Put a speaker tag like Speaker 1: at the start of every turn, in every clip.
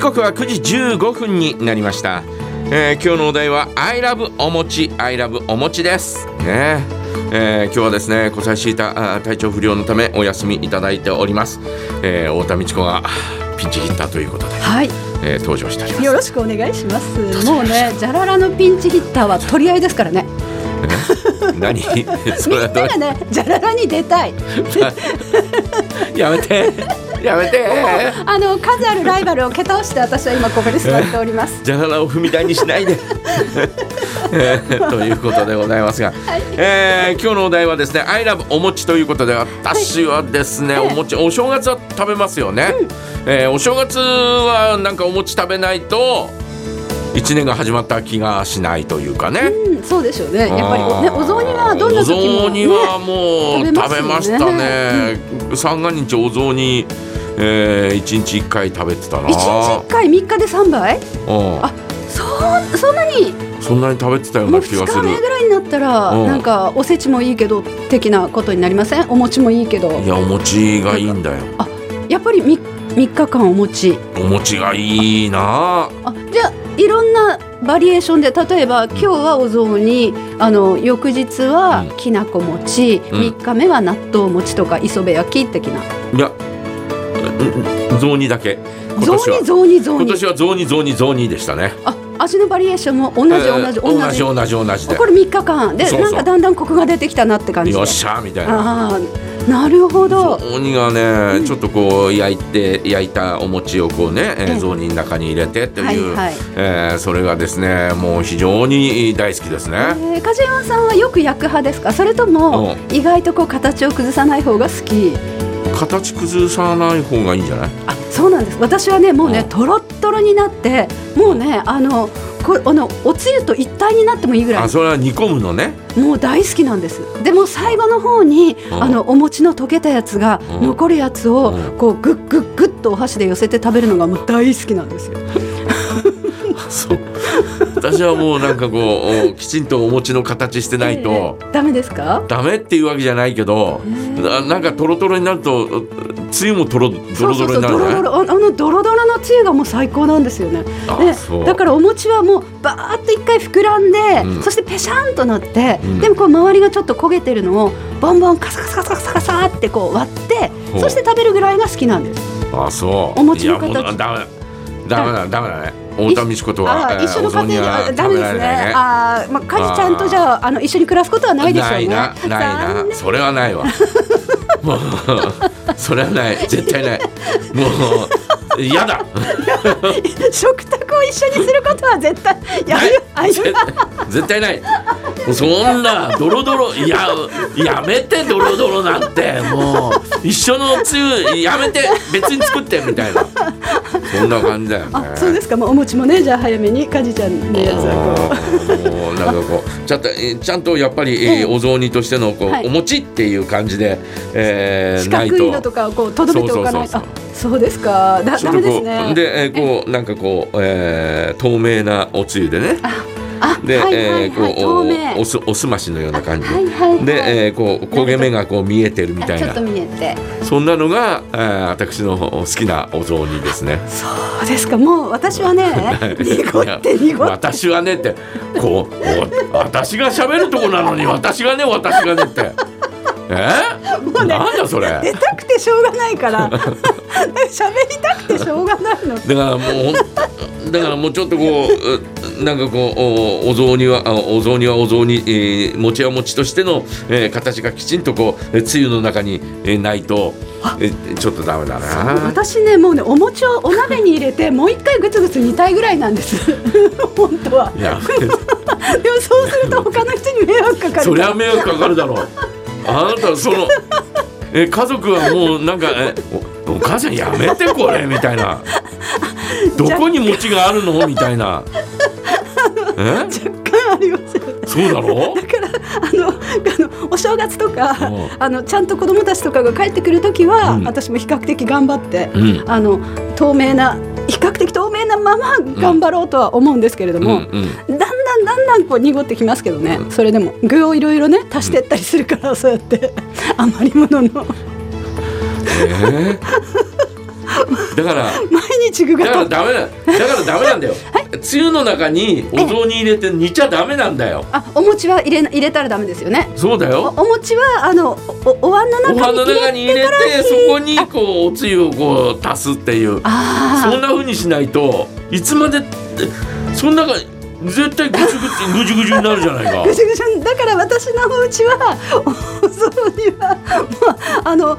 Speaker 1: 刻は9時15分になりました、えー今日のお題は I love お餅 I love お餅ですねえー今日はですね小差しいたあー体調不良のためお休みいただいております、えー、太田美智子がピンチヒッターということで、
Speaker 2: はい、
Speaker 1: えー登場しております
Speaker 2: よろしくお願いします。もうね、ジャララのピンチヒッターは取り合いですか らね。
Speaker 1: 何 そ
Speaker 2: みん
Speaker 1: れは
Speaker 2: な
Speaker 1: どう
Speaker 2: がね、ジャララに出 たい。
Speaker 1: やめてやめて
Speaker 2: あの数あるライバルを蹴倒して、私は今ここに座っております。
Speaker 1: じゃららを踏み台にしないで。 えーということでございますが、えー今日のお題はですね「I love お餅」ということで私はですね、
Speaker 2: はい
Speaker 1: お餅お正月は食べますよね、えーお正月はなんかお餅食べないと一年が始まった気がしないというかね、
Speaker 2: うん、そうでしょうね。やっぱりお,、ね、
Speaker 1: あー
Speaker 2: お雑煮はどんな時も、ね、
Speaker 1: お雑煮はもう
Speaker 2: ね
Speaker 1: 食べました
Speaker 2: 食べ
Speaker 1: ね三が日お雑煮、えー、1日1回食べてたな
Speaker 2: 一日一回三日で三杯？
Speaker 1: うん
Speaker 2: あ、そうそんなに
Speaker 1: そんなに食べてたよう
Speaker 2: もう
Speaker 1: な気
Speaker 2: 二
Speaker 1: がす
Speaker 2: 日
Speaker 1: る
Speaker 2: 目ぐらいになったら、
Speaker 1: うん
Speaker 2: なんかおせちもいいけど的なことになりません？お餅もいいけど、
Speaker 1: いやお餅がいいんだよ
Speaker 2: やっぱりみ三日間お餅。
Speaker 1: お餅がいいな
Speaker 2: あじゃあいろんなバリエーションで例えば今日はお雑煮あの翌日はきなこ餅、
Speaker 1: うん
Speaker 2: 三3日目は納豆餅とか磯辺焼き的ない
Speaker 1: やうん雑煮だけ今年
Speaker 2: 雑
Speaker 1: は
Speaker 2: 煮雑煮雑
Speaker 1: 今
Speaker 2: 煮
Speaker 1: 年は雑煮雑煮雑煮でしたね
Speaker 2: あ味のバリエーションも同じ同じ、
Speaker 1: えー
Speaker 2: 同じ
Speaker 1: 同じ同じ同じ
Speaker 2: これ3日間で
Speaker 1: そうそう
Speaker 2: なんかだんだんコクが出てきたなって感
Speaker 1: で
Speaker 2: じで
Speaker 1: よっしゃーみたいな
Speaker 2: ああなるほど
Speaker 1: 雑煮がね、ちょっとこう焼いて焼いたお餅をこうね、えー
Speaker 2: ええ
Speaker 1: 雑煮の中に入れてと
Speaker 2: はい
Speaker 1: いう、
Speaker 2: はい
Speaker 1: えーそれがですねもう非常に大好きですね、
Speaker 2: えー梶山さんはよく焼く派ですかそれとも意外とこう形を崩さない方が好き
Speaker 1: 形崩さない方がいいんじゃない
Speaker 2: あそうなんです私はねもう
Speaker 1: う
Speaker 2: ね
Speaker 1: ん
Speaker 2: とろっとろになってもうねあのこあのおつゆと一体になってもいいぐら
Speaker 1: あ
Speaker 2: い
Speaker 1: それは煮込むのね
Speaker 2: もう大好きなんですでも最後の方に
Speaker 1: うん
Speaker 2: あのお餅の溶けたやつが
Speaker 1: うん
Speaker 2: 残るやつを
Speaker 1: うん
Speaker 2: こうグッグッグッとお箸で寄せて食べるのがもう大好きなんですよ
Speaker 1: そう私はもうなんかこうきちんとお餅の形してないと、
Speaker 2: えーダメですか
Speaker 1: ダメっていうわけじゃないけど、ななんかトロトロになるとつゆもトロドロドロになる
Speaker 2: そうそうそうドロ
Speaker 1: ね
Speaker 2: ドロああのドロドロのつゆがもう最高なんですよね
Speaker 1: あ
Speaker 2: で
Speaker 1: そう
Speaker 2: だからお餅はもうバーッと一回膨らんで、
Speaker 1: うん
Speaker 2: そしてペシャンとなって、
Speaker 1: うん
Speaker 2: でもこう周りがちょっと焦げてるのをボンボンカサカサカサカサカサってこう割って
Speaker 1: ほう
Speaker 2: そして食べるぐらいが好きなんです
Speaker 1: あそう
Speaker 2: お餅の形
Speaker 1: いやもうダメだダメだダメだね太田美智子とは
Speaker 2: あー一緒の
Speaker 1: お雑
Speaker 2: 家
Speaker 1: 煮
Speaker 2: 庭
Speaker 1: は
Speaker 2: であダメです
Speaker 1: 食べら
Speaker 2: ね
Speaker 1: れない
Speaker 2: あーまあカジちゃんとじゃああの一緒に暮らすことはないでしょうね
Speaker 1: なないな
Speaker 2: 残
Speaker 1: それはないわもうそれはない絶対ないもう嫌だ
Speaker 2: 念 食卓を一緒にすることは 絶対やめよあいや
Speaker 1: 絶対ないそんなドロドロいややめてドロドロなんてもう一緒のつゆやめて別に作ってみたいなそんな感じだよね
Speaker 2: あそうですか、まあ、お餅もねじゃあ早めにカジちゃんのやつはこう。
Speaker 1: もうなんかこうちゃんとえーちゃんとやっぱり、えー
Speaker 2: ええ
Speaker 1: お雑煮としてのこう、
Speaker 2: はい
Speaker 1: お餅っていう感じで、えー
Speaker 2: 四
Speaker 1: ない
Speaker 2: 角い
Speaker 1: と
Speaker 2: のとかをこうとどめておかない
Speaker 1: そう
Speaker 2: と
Speaker 1: そう
Speaker 2: そうですかだ
Speaker 1: ちょ
Speaker 2: ダ
Speaker 1: っと
Speaker 2: メで
Speaker 1: こ
Speaker 2: す
Speaker 1: う
Speaker 2: ね
Speaker 1: で、えーこうなんかこう、えー透明なおつゆでね
Speaker 2: あ
Speaker 1: で、
Speaker 2: はいはいはい
Speaker 1: えーこう
Speaker 2: 透明
Speaker 1: おお酢おすましのような感じで、
Speaker 2: はいはいはい
Speaker 1: で、えーこう焦げ目がこう見えてるみたい
Speaker 2: ちょ
Speaker 1: な
Speaker 2: っと見えて
Speaker 1: そんなのが、えー私の好きなお雑煮ですね。
Speaker 2: そうですかもう私は ね濁っ
Speaker 1: い
Speaker 2: て
Speaker 1: や
Speaker 2: 濁って
Speaker 1: 私はねってこうお私が喋るとこなのに私がね私がねってえ
Speaker 2: うね
Speaker 1: なんだそれだ
Speaker 2: 出たくてしょうがないから 喋りたくてしょうがないの
Speaker 1: からもうほんだからもうちょっとこううなんかこうおお雑煮はあお雑煮はお雑煮、えー、餅は餅としての、えー形がきちんとこうえーつゆの中に、えーないとえーちょっとダメだな。
Speaker 2: 私ねもうねお餅をお鍋に入れてもう一回ぐつぐつ煮たいぐらいなんです 本当はい
Speaker 1: や
Speaker 2: でもそうすると他の人に迷惑かかる
Speaker 1: そ
Speaker 2: か
Speaker 1: り
Speaker 2: ら
Speaker 1: ゃ迷惑かかるだろう。あなたそのえ家族はもうなんかえおお母さんやめてこれみたいな。どこに餅があるのみたいな。え
Speaker 2: 若干ありますよ
Speaker 1: そうだろ
Speaker 2: だからあのあのお正月とか
Speaker 1: うん
Speaker 2: あのちゃんと子供たちとかが帰ってくる時は、
Speaker 1: うん
Speaker 2: 私も比較的頑張って、
Speaker 1: う。うん。
Speaker 2: あの透明な比較的透明なまま頑張ろうとは思うんですけれど
Speaker 1: うんう
Speaker 2: も、
Speaker 1: ん。
Speaker 2: だんだんだんだんこう濁ってきますけどね、それでも具をいろいろね足してったりするから、そうやって余り物の
Speaker 1: えーだから
Speaker 2: 毎日具が
Speaker 1: だから
Speaker 2: と
Speaker 1: ダメだだからダメなんだよ、梅雨の中にお雑煮入れて煮ちゃダメなんだよ
Speaker 2: あお餅は入れな入れたらダメですよね
Speaker 1: そうだ
Speaker 2: お
Speaker 1: よ
Speaker 2: お餅はあのおお椀の
Speaker 1: ご飯
Speaker 2: 中に
Speaker 1: の
Speaker 2: 入
Speaker 1: 中
Speaker 2: れ
Speaker 1: に入れてそこにこうおつゆをこう足すっていう
Speaker 2: あ
Speaker 1: そ
Speaker 2: ー
Speaker 1: んな風にしないといつまでってそんなか絶対ぐちゅぐちゅぐちゅぐちゅになるじゃない か
Speaker 2: ぐちゃぐちゃだから私のお家はお雑煮はもうあの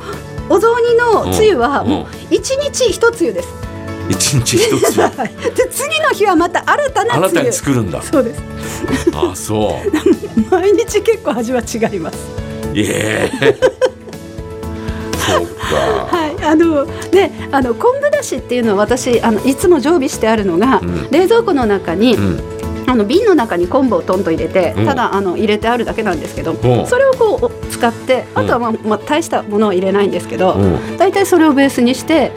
Speaker 2: お雑煮のつゆは
Speaker 1: うん
Speaker 2: もう一日一つゆです。
Speaker 1: 一日一つ
Speaker 2: で次の日はまた新たな
Speaker 1: 新
Speaker 2: つ
Speaker 1: た
Speaker 2: ゆ
Speaker 1: に。作るんだ
Speaker 2: そうです。
Speaker 1: ああそう
Speaker 2: 毎日結構味は違います。
Speaker 1: ええそうか
Speaker 2: はい、あのね、あの昆布だしっていうのは私あのいつも常備してあるのが、
Speaker 1: うん
Speaker 2: 冷蔵庫の中に、
Speaker 1: うん
Speaker 2: あの瓶の中に昆布をトンと入れて、
Speaker 1: うん
Speaker 2: ただあの入れてあるだけなんですけど、
Speaker 1: うん
Speaker 2: それをこうお使って、あとはまあ、まあ、大したものは入れないんですけど、
Speaker 1: うん
Speaker 2: 大体それをベースにして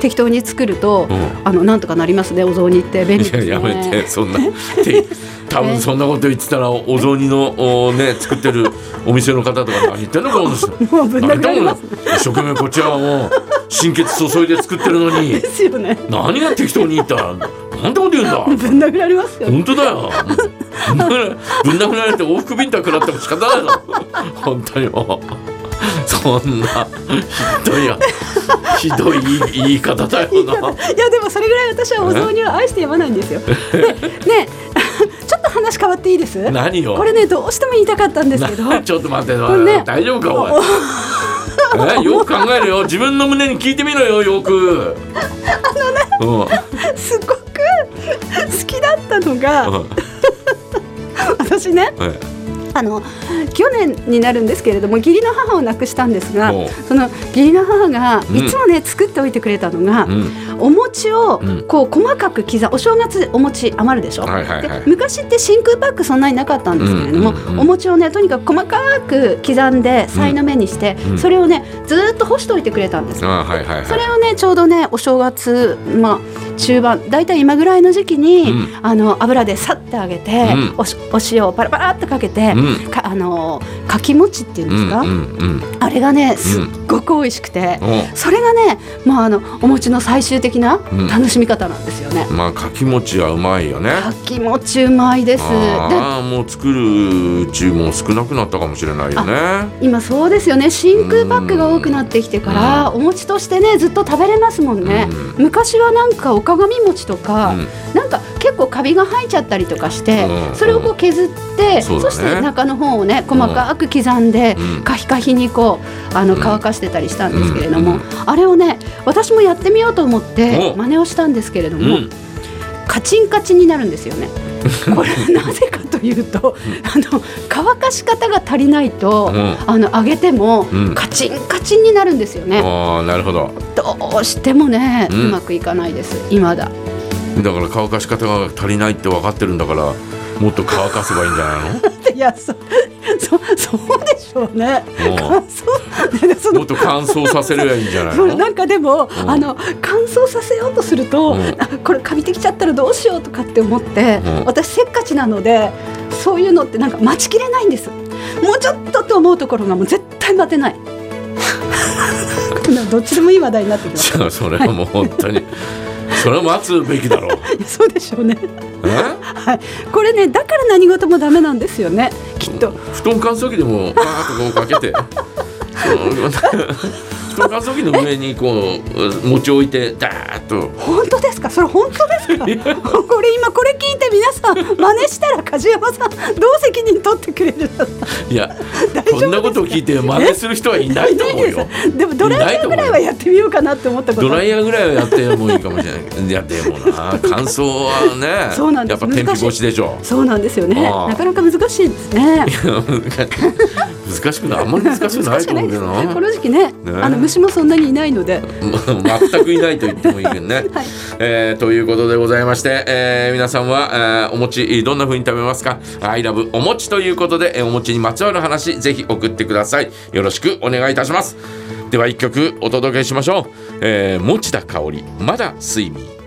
Speaker 2: 適当に作ると、
Speaker 1: うん
Speaker 2: あのなんとかなりますねお雑煮って便利
Speaker 1: い
Speaker 2: で
Speaker 1: や
Speaker 2: すね。
Speaker 1: やめてそんなて多分そんなこと言ってたらおお雑煮のおね作ってるお店の方とか何言ってんのこの 人
Speaker 2: もうぶん
Speaker 1: 何言
Speaker 2: 殴ら
Speaker 1: っ
Speaker 2: れ
Speaker 1: てんの
Speaker 2: ま
Speaker 1: 一
Speaker 2: す
Speaker 1: 生懸命こっちはもう心血注いで作ってるのに
Speaker 2: ですよね。
Speaker 1: 何が適当に言ったらなんてこと言うんだ
Speaker 2: ぶん殴られますよ
Speaker 1: 本
Speaker 2: ね。
Speaker 1: 当だ よ。ぶん殴られぶん殴られて往復ビンタ食らっても仕方ないの。本当にもう。そんなひどいやひどい言い言い方だよな。
Speaker 2: いやでもそれぐらい私はお雑煮を愛してやまないんですよ。でね ちょっと話変わっていいです
Speaker 1: 何よ。
Speaker 2: これねどうしても言いたかったんですけど
Speaker 1: なちょっと待って、
Speaker 2: れね
Speaker 1: 大丈夫かおい。えよく考えるよ自分の胸に聞いてみろよよく。あのね。
Speaker 2: すごく好きだったのが
Speaker 1: うん。
Speaker 2: 私ね
Speaker 1: え
Speaker 2: あの去年になるんですけれども義理の母を亡くしたんですが
Speaker 1: おう
Speaker 2: その義理の母が
Speaker 1: うん
Speaker 2: いつもね作っておいてくれたのが
Speaker 1: う。ん。
Speaker 2: お餅を
Speaker 1: うん
Speaker 2: こう細かく刻お正月お餅余るでしょ、
Speaker 1: はいはい
Speaker 2: で
Speaker 1: はい。
Speaker 2: 昔って真空パックそんなになかったんですけれども、
Speaker 1: うんうんうん
Speaker 2: お餅をねとにかく細かく刻んでさいの目にして、
Speaker 1: うん
Speaker 2: それをねずーっと干しておいてくれたんです、
Speaker 1: あはいはい
Speaker 2: そ
Speaker 1: は
Speaker 2: れをねちょうどねお正月まあ中盤だいたい今ぐらいの時期に、
Speaker 1: う
Speaker 2: あの油でさってあげて、
Speaker 1: うん
Speaker 2: おしお塩をパラパラっとかけて
Speaker 1: い。、うん。
Speaker 2: かあのかき餅っていうん
Speaker 1: う
Speaker 2: です
Speaker 1: ん
Speaker 2: か、
Speaker 1: うんうん。
Speaker 2: あれがねすっごく美味しくて、
Speaker 1: お
Speaker 2: それがねまああのお餅の最終的な
Speaker 1: うん
Speaker 2: 楽しみ方なんですよね。
Speaker 1: まあかき餅はうまいよね。
Speaker 2: かき餅うまいです。で
Speaker 1: ああもう作るうちも少なくなったかもしれないよね。
Speaker 2: 今そうですよね真空パックが多くなってきてから、お餅としてねずっと食べれますもんね、昔はなんかおかがみ餅とか、
Speaker 1: うん
Speaker 2: なんか結構カビが生えちゃったりとかして、
Speaker 1: うん
Speaker 2: それをこう削って、
Speaker 1: そうだね
Speaker 2: そして中の方をね細かく刻んで、
Speaker 1: うん
Speaker 2: カヒカヒにこうあの
Speaker 1: うん
Speaker 2: 乾かしてたりしたんですけれど
Speaker 1: う
Speaker 2: も、
Speaker 1: ん
Speaker 2: あれをね私もやってみようと思って
Speaker 1: お
Speaker 2: 真似をしたんですけれど
Speaker 1: う
Speaker 2: も、
Speaker 1: ん
Speaker 2: カチンカチンになるんですよ ね。これなぜかというと、あの乾かし方が足りないと、
Speaker 1: うん
Speaker 2: あの揚げても、
Speaker 1: うん
Speaker 2: カチンカチンになるんですよね。
Speaker 1: ああなるほど。
Speaker 2: どうしてもね、
Speaker 1: う
Speaker 2: うんまくいかないです。未だ。
Speaker 1: だから乾かし方が足りないって分かってるんだからもっと乾かせばいいんじゃないの
Speaker 2: いや、そ、そ、そうでしょうね。
Speaker 1: うん
Speaker 2: 乾燥、ね、そ
Speaker 1: も
Speaker 2: の
Speaker 1: っ。と乾燥させればいいんじゃない
Speaker 2: それ
Speaker 1: の
Speaker 2: なんかでも、
Speaker 1: うん
Speaker 2: あの乾燥させようとすると、
Speaker 1: うん
Speaker 2: あこれカビてきちゃったらどうしようとかって思って、
Speaker 1: うん
Speaker 2: 私せっかちなのでそういうのってなんか待ちきれないんですもうちょっとと思うところがもう絶対待てない こんなどっちでもいい話題になってきまし
Speaker 1: じゃあそれはもう本当にそれは待つべきだろう。
Speaker 2: たそうでしょうね
Speaker 1: え
Speaker 2: はいこれねだから何事もダメなんですよねきっと
Speaker 1: 布団乾燥機でもパーッとこうかけて 布団乾燥機の上にこう持ち置いてダーッと。
Speaker 2: 本当ですかそれ本当ですかこれ今これ聞いて皆さん真似したら梶山さんどう責任取ってくれるんだ
Speaker 1: いや、
Speaker 2: 大丈夫ですか
Speaker 1: こんなことを聞いて真似する人はいないと思うよ。
Speaker 2: でもドライヤーぐらいはやってみようかなって思ったこと
Speaker 1: ドライヤーぐらいはやってもいいかもしれない。いや、でも な、乾燥はね、
Speaker 2: そうなんで
Speaker 1: やっ
Speaker 2: す
Speaker 1: ぱ天日干しでしょ。
Speaker 2: そうなんですよね
Speaker 1: ああ
Speaker 2: なかなか難しいですね
Speaker 1: 難しくない、あんまり難しくないと思うけど
Speaker 2: 難しいですね
Speaker 1: な
Speaker 2: こ。の時期ね
Speaker 1: ね
Speaker 2: あの虫もそんなにいないので
Speaker 1: ま全くいないと言ってもいいけどね。
Speaker 2: はい
Speaker 1: えーということでございまして、えー皆さんは、えーお餅どんな風に食べますか ?I love お餅ということで、えーお餅にまつわる話ぜひ送ってください。よろしくお願いいたします。では一曲お届けしましょう。えー、持田香織まだ睡眠。